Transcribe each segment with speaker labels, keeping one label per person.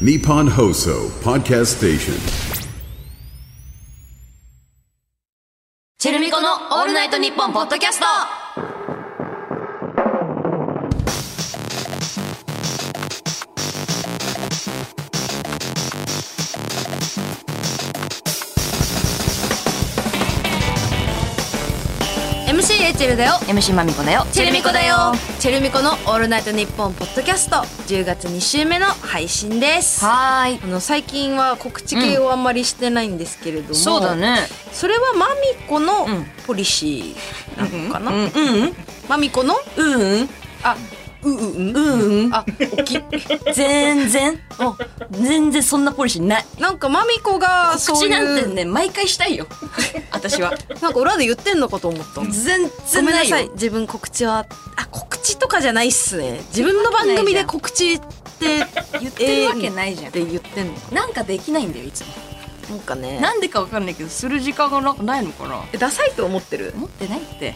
Speaker 1: Nippon Hoso Podcast Station.
Speaker 2: チェルミコのオールナイトニッポンポッドキャスト
Speaker 3: エチェルだよ
Speaker 2: MC まみこだよ
Speaker 3: チェルミコだよチェルミコの「オールナイトニッポン」ポッドキャスト10月2週目の配信ですあ
Speaker 2: はーい
Speaker 3: の最近は告知系をあんまりしてないんですけれども、
Speaker 2: そうだね
Speaker 3: それはマミコの
Speaker 2: ん
Speaker 3: ポリシーなのかな、
Speaker 2: うんうん
Speaker 3: マミコの
Speaker 2: うんうん
Speaker 3: あううんう
Speaker 2: う
Speaker 3: ん
Speaker 2: んうん
Speaker 3: あおき
Speaker 2: 全然全然そんなポリシーない
Speaker 3: なんかマミコがそう
Speaker 2: 口
Speaker 3: いう
Speaker 2: なんてね毎回したいよ 私は
Speaker 3: なんか裏で言ってんのかと思った
Speaker 2: 全
Speaker 3: ご
Speaker 2: 然
Speaker 3: めん
Speaker 2: な
Speaker 3: ないさい
Speaker 2: よ
Speaker 3: 自分告知はあ告知とかじゃないっすね自分の番組で告知って
Speaker 2: 言ってるわけないじゃん
Speaker 3: って言ってんの
Speaker 2: なんかできないんだよいつも
Speaker 3: なんかね
Speaker 2: なんでかわかんないけどする時間がなないのかな
Speaker 3: ダサいと思ってる
Speaker 2: 思ってないって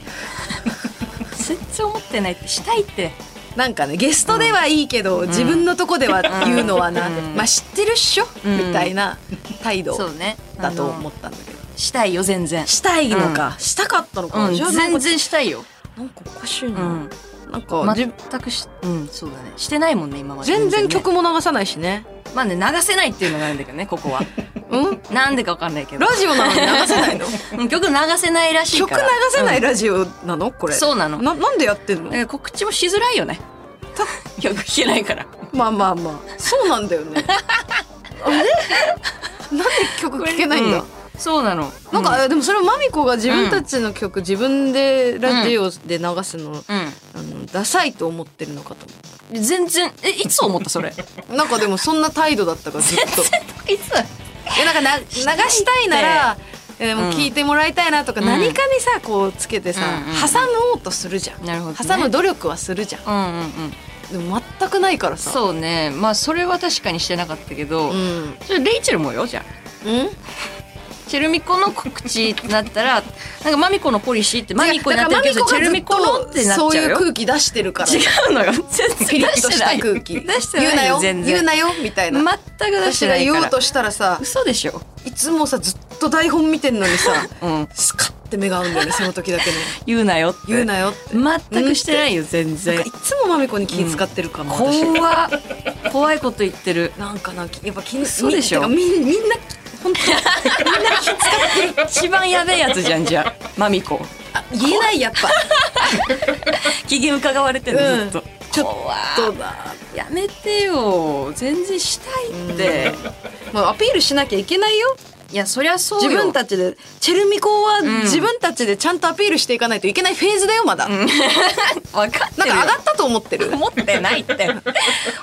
Speaker 2: 全然思ってないってしたいって
Speaker 3: なんかねゲストではいいけど、自分のとこでは言うのはな、
Speaker 2: うん
Speaker 3: まあ知ってるっしょ、
Speaker 2: うん
Speaker 3: みたいな態度
Speaker 2: そうね
Speaker 3: だと思
Speaker 2: う
Speaker 3: ったんだけど
Speaker 2: したいよ全然
Speaker 3: したいのか、したかったのか、
Speaker 2: うん
Speaker 3: じゃあなん
Speaker 2: 全
Speaker 3: か
Speaker 2: 然したいよ
Speaker 3: なんかおかしいな、
Speaker 2: うん
Speaker 3: なんか、じ
Speaker 2: 全くし、うん、そうだね。してないもんね、今まで。
Speaker 3: 全然
Speaker 2: ね
Speaker 3: 曲も流さないしね
Speaker 2: まあね、流せないっていうのがあるんだけどね、ここ は。
Speaker 3: うん
Speaker 2: なんでかわかんないけど
Speaker 3: ラ。ジオなのに流 せないの
Speaker 2: うん曲流せないらしい
Speaker 3: 曲
Speaker 2: か
Speaker 3: 流
Speaker 2: ら。
Speaker 3: せない
Speaker 2: ら
Speaker 3: ラジオなのこれ
Speaker 2: そうなの。だ
Speaker 3: ななんでやってんの
Speaker 2: から告知もしづらいよね。曲弾けないから。
Speaker 3: まあまあまあそうなんだよ ね あれなんで曲聴けないんだ、
Speaker 2: うそうなの。
Speaker 3: なんか、でもそれはマミコが自分たちの曲、自分でラジオで流すの,、
Speaker 2: う
Speaker 3: あのダサいと思ってるのかと思
Speaker 2: ん、うん。全然、え、いつ思った それ。
Speaker 3: うなんかでもそんな態度だったからずっ と
Speaker 2: いつ
Speaker 3: いやなんかな流したいならえーもう聞いてもらいたいなとか、
Speaker 2: うん
Speaker 3: 何かにさこうつけてさ、
Speaker 2: うんうんうん
Speaker 3: 挟もうとするじゃん、
Speaker 2: なるほどね
Speaker 3: 挟む努力はするじゃん
Speaker 2: うんうんうん。
Speaker 3: でも全くないからさ
Speaker 2: そうね。まあ、それは確かにしてなかったけど、
Speaker 3: うん、
Speaker 2: それレイチェルもよ、じゃあ。
Speaker 3: うん、
Speaker 2: チェルミコの告知ってなったら、 なんかマミコのポリシーってマミコになってるけど、
Speaker 3: だ
Speaker 2: チ
Speaker 3: か
Speaker 2: ェ
Speaker 3: ら
Speaker 2: ル
Speaker 3: マ
Speaker 2: ミ
Speaker 3: ミ
Speaker 2: コ
Speaker 3: コが
Speaker 2: のっ
Speaker 3: ず
Speaker 2: て
Speaker 3: っ
Speaker 2: なっ
Speaker 3: とそう
Speaker 2: ちゃう
Speaker 3: いう
Speaker 2: よ。
Speaker 3: 空気出してるから
Speaker 2: 違うのよ。全然
Speaker 3: ピリッとした空気
Speaker 2: 出してない
Speaker 3: 言うなよ
Speaker 2: 全然
Speaker 3: 言うなよみたいな、
Speaker 2: 全く出し
Speaker 3: 私
Speaker 2: て
Speaker 3: が
Speaker 2: ない
Speaker 3: 言
Speaker 2: から。
Speaker 3: おうとしたらさ
Speaker 2: 嘘でしょ。
Speaker 3: いつもさずっと台本見てんのにさ
Speaker 2: うん。
Speaker 3: スカッて目が合うんだよねその 時だけね
Speaker 2: 言うなよって。
Speaker 3: 言うなよ
Speaker 2: 全くしてないよ、全
Speaker 3: なん
Speaker 2: 然
Speaker 3: かい。つもまみこに気使ってるかも、私
Speaker 2: 怖っ怖いこと言ってる。
Speaker 3: なんかなんかやっぱ気に
Speaker 2: 嘘でしょ
Speaker 3: みてかみみんな本当
Speaker 2: 一番やべえやつじゃん、じゃあ。マミコ。
Speaker 3: あ言えないやっ ぱ
Speaker 2: 機嫌伺われてる
Speaker 3: う
Speaker 2: の、
Speaker 3: ん
Speaker 2: ずっと。
Speaker 3: ちょっ
Speaker 2: 怖っ
Speaker 3: どうだ、
Speaker 2: やめてよ。全然したいって。
Speaker 3: まあ、アピールしなきゃいけないよ
Speaker 2: いや、そりゃそう
Speaker 3: 自
Speaker 2: よ。
Speaker 3: 分たちでチェルミコは
Speaker 2: ん
Speaker 3: 自分たちでちゃんとアピールしていかないといけないフェーズだよまだ、なんか
Speaker 2: 分かって
Speaker 3: 上
Speaker 2: るよ
Speaker 3: がったと思っ てる
Speaker 2: 思ってないって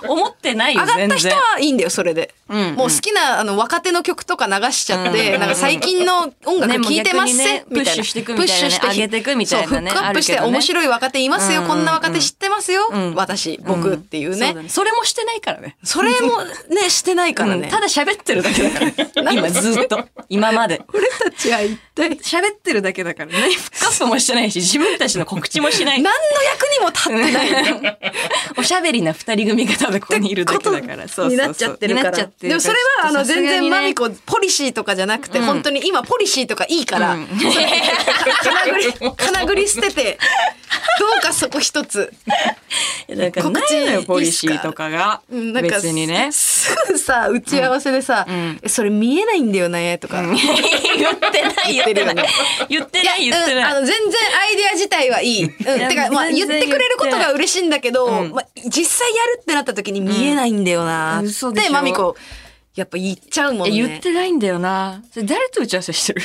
Speaker 2: 思ってないよ
Speaker 3: 上がっ
Speaker 2: 全
Speaker 3: た
Speaker 2: 然
Speaker 3: 人はいいんだよそれで、
Speaker 2: うん
Speaker 3: もう好きなあの若手の曲とか流しちゃって、
Speaker 2: うん
Speaker 3: なんか最近の音楽
Speaker 2: ねもう
Speaker 3: 聴いてま
Speaker 2: 逆に
Speaker 3: す
Speaker 2: ね
Speaker 3: みたい
Speaker 2: プッシ
Speaker 3: な、
Speaker 2: ュしてくみたいなね
Speaker 3: プッシュして
Speaker 2: 上げてくみたいなね
Speaker 3: そうフックアップして、
Speaker 2: あるけどね
Speaker 3: 面白い若手いますよ、
Speaker 2: うん
Speaker 3: こんな若手知ってますよ、
Speaker 2: ん
Speaker 3: 私僕っていうね、
Speaker 2: そだそれもしてないからね
Speaker 3: それもねしてないからね、
Speaker 2: うんただ喋ってるだけだから今ずっと今まで
Speaker 3: 俺たちは一体何
Speaker 2: 喋ってるだけだからねフックアップもしてないし自分たちの告知もしない
Speaker 3: の役にも立ってない
Speaker 2: おしゃべりな二人組がただここにいるだ
Speaker 3: こ
Speaker 2: け
Speaker 3: と
Speaker 2: だからそうそうそう
Speaker 3: になっちゃってるか
Speaker 2: にな
Speaker 3: ら
Speaker 2: っちゃって
Speaker 3: でも
Speaker 2: る
Speaker 3: そ
Speaker 2: か
Speaker 3: れ
Speaker 2: ら
Speaker 3: はあの
Speaker 2: ちょっと
Speaker 3: 全然マミ
Speaker 2: さ
Speaker 3: コポリシーとかじゃなくて、本当に今ポリシーとかいいから、
Speaker 2: うん
Speaker 3: か なぐりかなぐり捨ててどうかそこ一つ
Speaker 2: すがにねなんかないのよポリシーとかが
Speaker 3: うんなんか
Speaker 2: 別に ね
Speaker 3: すぐさ打ち合わせでさ、えそれ見えないんだよねとか、い
Speaker 2: 言ってない言ってない言ってない言って
Speaker 3: うん
Speaker 2: な
Speaker 3: あ
Speaker 2: い
Speaker 3: の全然アイデア自体はいい、うん、て
Speaker 2: いや
Speaker 3: かまあ
Speaker 2: 全
Speaker 3: 言
Speaker 2: 然
Speaker 3: ってくれることが嬉しいんだけど、
Speaker 2: うん
Speaker 3: まあ、実際やるってなった時に見えないんだよな、
Speaker 2: うん嘘でし
Speaker 3: で
Speaker 2: ょ
Speaker 3: マミコやっぱ言っちゃうもん
Speaker 2: え
Speaker 3: ね
Speaker 2: 言ってないんだよな。それ誰と打ち合わせ してる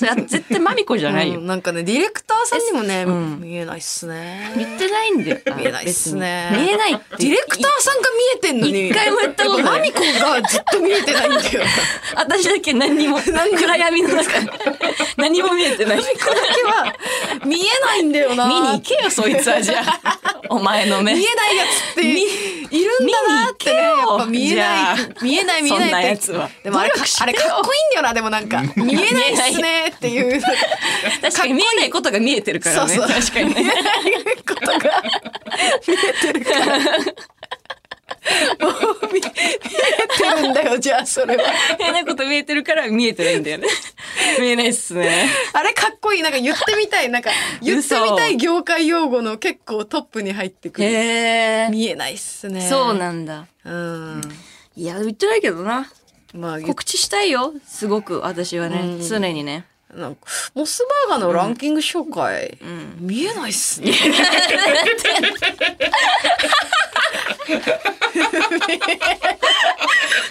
Speaker 2: それ絶対マミコじゃないよ。
Speaker 3: うんなんかねディレクターさんにもね、
Speaker 2: うん
Speaker 3: 見えないっすね
Speaker 2: 言ってないんだよ。
Speaker 3: 見えないっすね
Speaker 2: 別に見えないって。
Speaker 3: ディレクターさんが見えてんのに
Speaker 2: 一回もやったことない
Speaker 3: マミコがずっと見えてないんだよ
Speaker 2: 私だけ何に も、暗闇の中で。何も見えてない。
Speaker 3: だけは見えないんだよな
Speaker 2: 見に行けよ、そいつはじゃ あ。お前の目。
Speaker 3: 見えないやつっているんだなってねやっぱ
Speaker 2: 見
Speaker 3: 見
Speaker 2: に行けよ
Speaker 3: えない
Speaker 2: じゃあ
Speaker 3: 見えない見えない
Speaker 2: そんなや
Speaker 3: って
Speaker 2: つは
Speaker 3: でもあれかあれかっこいいんだよなでもな んか見えないっすねっていう
Speaker 2: 確かに見えないことが見えてるからね。
Speaker 3: そうそう
Speaker 2: 確かに
Speaker 3: 見え
Speaker 2: ね。
Speaker 3: ないことが見えてるからもう見えてるんだよじゃあそれは
Speaker 2: 変なこと見えてるから見えてないんだよ ね。見えないっすね。
Speaker 3: あれかっこいいなんか言ってみたいなんか言ってみたい業界用語の結構トップに入ってくる
Speaker 2: へえ。
Speaker 3: 見えないっすね
Speaker 2: そうなんだ。
Speaker 3: うん
Speaker 2: いや、言ってないけどな。
Speaker 3: まあ言っ
Speaker 2: 告知したいよ。すごく、私はね。常にね。
Speaker 3: なんかモスバーガーのランキング紹介、見えないっすね。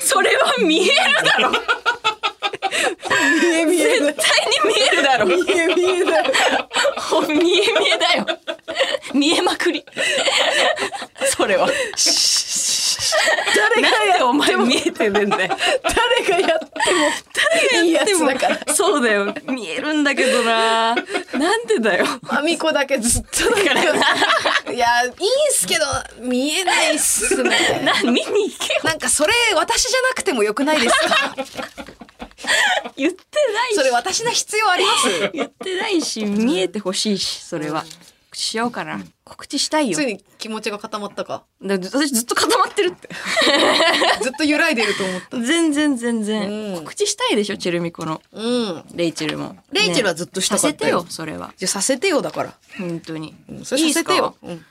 Speaker 2: それは見えるだろ。
Speaker 3: 見え見えない。
Speaker 2: 絶対に見えるだろ。
Speaker 3: 見え見えない。
Speaker 2: ほ見え見えだよ。見えまくり。それは。
Speaker 3: 誰が
Speaker 2: なんでお前見えてるんだよ。
Speaker 3: 誰がやってもいいやつだから。
Speaker 2: そうだよ。見えるんだけどな。なんでだよ。
Speaker 3: マミコだけずっとだから。いやいいんすけど見えないっすね。
Speaker 2: な見に行けよ。
Speaker 3: なんかそれ私じゃなくてもよくないです か。
Speaker 2: 言ってないし。
Speaker 3: それ私の必要あります。
Speaker 2: 言ってないし、見えてほしいし、それは。告知しようかな。告知したいよ
Speaker 3: つい。に気持ちが固まったか。
Speaker 2: だって私ずっと固まってるって。
Speaker 3: ずっと揺らいでると思った。
Speaker 2: 全然全然。
Speaker 3: うん
Speaker 2: 告知したいでしょ、チェルミコの。
Speaker 3: うん。
Speaker 2: レイチェルも。
Speaker 3: レイチェルはずっとしたかったよ
Speaker 2: ねさせてよ、それは。
Speaker 3: じゃあさせてよだから。
Speaker 2: 本当に。
Speaker 3: うんそれさせてよ。うん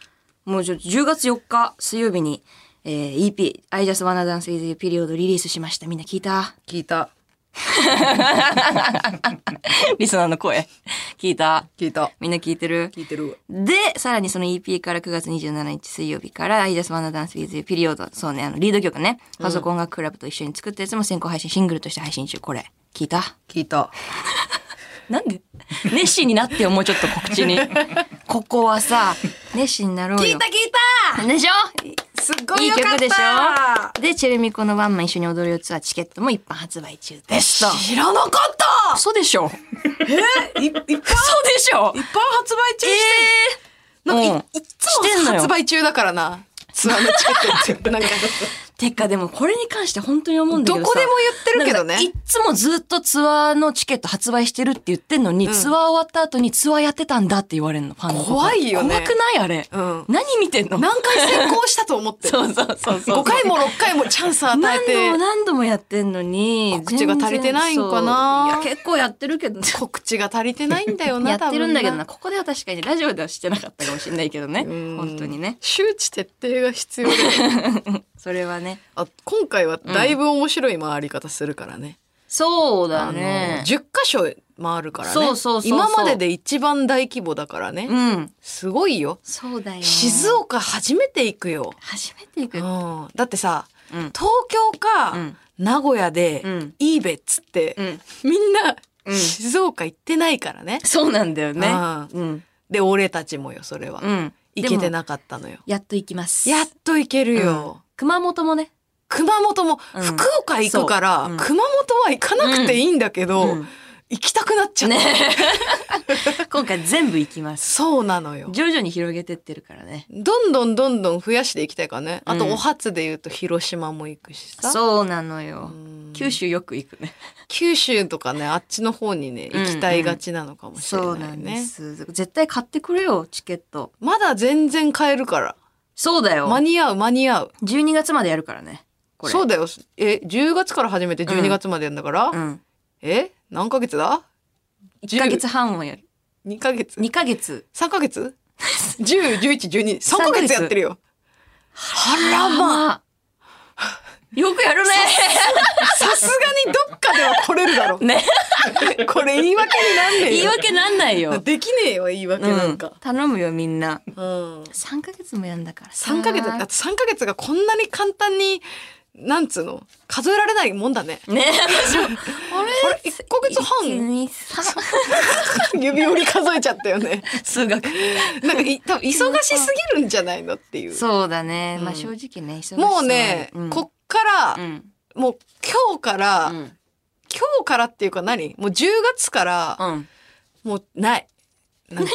Speaker 2: もうちょっと10月4日水曜日に、えー、EP「I just wanna dance with you period」リリースしましたみんな聞い た
Speaker 3: 聞いた
Speaker 2: リスナーの声 聞いた
Speaker 3: 聞いた
Speaker 2: みんな聞いてる
Speaker 3: 聞いてるわ。
Speaker 2: でさらにその EP から9月27日水曜日から「I just wanna dance with you period」そうねあのリード曲ねパソコン楽クラブと一緒に作ったやつも先行配信シングルとして配信中これ聞いた
Speaker 3: 聞いた。
Speaker 2: なんで 熱心になってよもうちょっと告知に ここはさ熱心になろうよ
Speaker 3: 聞いた聞いた
Speaker 2: でしょ
Speaker 3: すっごい
Speaker 2: いい
Speaker 3: よかった
Speaker 2: 曲でしょで、チェルミコのワンマン一緒に踊るよツアーチケットも一般発売中ですと。
Speaker 3: 知らなかっ
Speaker 2: 嘘でしょ
Speaker 3: たいいっぱい一般
Speaker 2: 嘘でしょ
Speaker 3: 発売中して、
Speaker 2: えー
Speaker 3: なん
Speaker 2: うん
Speaker 3: かいいっつ
Speaker 2: してん
Speaker 3: も
Speaker 2: のよ
Speaker 3: 発売中だからな。ツアーのチケッ トってなんか
Speaker 2: てかでもこれに関して本当に思うんだけどさ
Speaker 3: どこでも言ってるけどね
Speaker 2: なんかいっつもずっとツアーのチケット発売してるって言ってんのに、ツアー終わった後にツアーやってたんだって言われるの、ファンの方
Speaker 3: 怖いよね
Speaker 2: 怖くないあれ。
Speaker 3: うん
Speaker 2: 何見てんの
Speaker 3: 何回成功したと思ってる。
Speaker 2: そうそうそうそう。
Speaker 3: 5回も6回もチャンス与
Speaker 2: 何度
Speaker 3: え
Speaker 2: も
Speaker 3: て
Speaker 2: 何度もやってんのに。
Speaker 3: 告知が足りてないんかな
Speaker 2: 全然そういや、結構やってるけどね。
Speaker 3: 告知が足りてないんだよな
Speaker 2: やってるんだけどな、
Speaker 3: 多分
Speaker 2: ここでは確かにラジオではしてなかったかもしれないけどね。
Speaker 3: うん
Speaker 2: 本当にね。
Speaker 3: 周知徹底が必要で
Speaker 2: それはね。
Speaker 3: あ今回はだいぶ面白い回り方するからね、
Speaker 2: そう
Speaker 3: あ
Speaker 2: だ
Speaker 3: の
Speaker 2: ね
Speaker 3: 10。箇所回るからね
Speaker 2: そうそうそうそう
Speaker 3: 今までで一番大規模だからね、
Speaker 2: うん。
Speaker 3: すごいよ
Speaker 2: そうだよ。
Speaker 3: 静岡初めて行くよ、
Speaker 2: 初めて行
Speaker 3: う
Speaker 2: く。
Speaker 3: ん、だってさ、
Speaker 2: うん
Speaker 3: 東京か、
Speaker 2: うん
Speaker 3: 名古屋で、
Speaker 2: うん
Speaker 3: いいべっつって、
Speaker 2: うん。
Speaker 3: みんな、
Speaker 2: うん
Speaker 3: 静岡行ってないからね
Speaker 2: そうなんだよね
Speaker 3: あ。
Speaker 2: うん。
Speaker 3: で俺たちもよそれは、
Speaker 2: うん。
Speaker 3: 行け
Speaker 2: で
Speaker 3: て
Speaker 2: も
Speaker 3: なかったのよ
Speaker 2: やっと行きます。
Speaker 3: やっと行ける
Speaker 2: うん
Speaker 3: よ、
Speaker 2: 熊本もね。
Speaker 3: 熊本も
Speaker 2: うん
Speaker 3: 福岡行くから、
Speaker 2: そううん
Speaker 3: 熊本は行かなくていいんだけど、
Speaker 2: うん
Speaker 3: 行きたくなっちゃった、
Speaker 2: ね今回全部行きます。
Speaker 3: そうなのよ
Speaker 2: 徐々に広げてってるからね。
Speaker 3: どんどんどんどん増やしていきたいからねあと
Speaker 2: うん
Speaker 3: お初で言うと広島も行くしさ、
Speaker 2: そうなのよ。
Speaker 3: うん
Speaker 2: 九州よく行くね。
Speaker 3: 九州とかねあっちの方にね
Speaker 2: うん
Speaker 3: 行きたいがちなのかもしれ
Speaker 2: そう
Speaker 3: な
Speaker 2: ないん
Speaker 3: ね、
Speaker 2: です。絶対買ってくれよ、チケット。
Speaker 3: まだ全然買えるから
Speaker 2: そうだよ。
Speaker 3: 間に合う間に合う
Speaker 2: 12月までやるからね。これ。
Speaker 3: そうだよえ10月から始めて12月までやんだから、
Speaker 2: うん。
Speaker 3: え何ヶ月だ
Speaker 2: 1ヶ月半をやる。
Speaker 3: 2ヶ月
Speaker 2: 2ヶ月。
Speaker 3: 3 ヶ月 ?10111213 ヶ月やってるよあらまあ
Speaker 2: あ よくやるね。
Speaker 3: さすがにどっかでは来れるだろ
Speaker 2: ね。
Speaker 3: これ言い訳になんねえよ
Speaker 2: 言い訳なんないよ。
Speaker 3: できねえよ言い訳なんか、
Speaker 2: 頼むよみんな。
Speaker 3: うん
Speaker 2: 3ヶ月もやんだからさ。
Speaker 3: 3ヶ 月だって3ヶ月がこんなに簡単になんつうの数えられないもんだね
Speaker 2: ね
Speaker 3: あれあ1ヶ月
Speaker 2: 一
Speaker 3: 半
Speaker 2: 二三
Speaker 3: 指折り数えちゃったよね
Speaker 2: 数学。
Speaker 3: なんかい多分忙しすぎるんじゃないのっていう
Speaker 2: そうだね。
Speaker 3: うん
Speaker 2: まあ正直ね、忙しさは
Speaker 3: もうね、
Speaker 2: うん
Speaker 3: こっから、
Speaker 2: うん。
Speaker 3: もう今日から、
Speaker 2: うん。
Speaker 3: 今日からっていうか何もう10月から、
Speaker 2: うん。
Speaker 3: もうない。なんか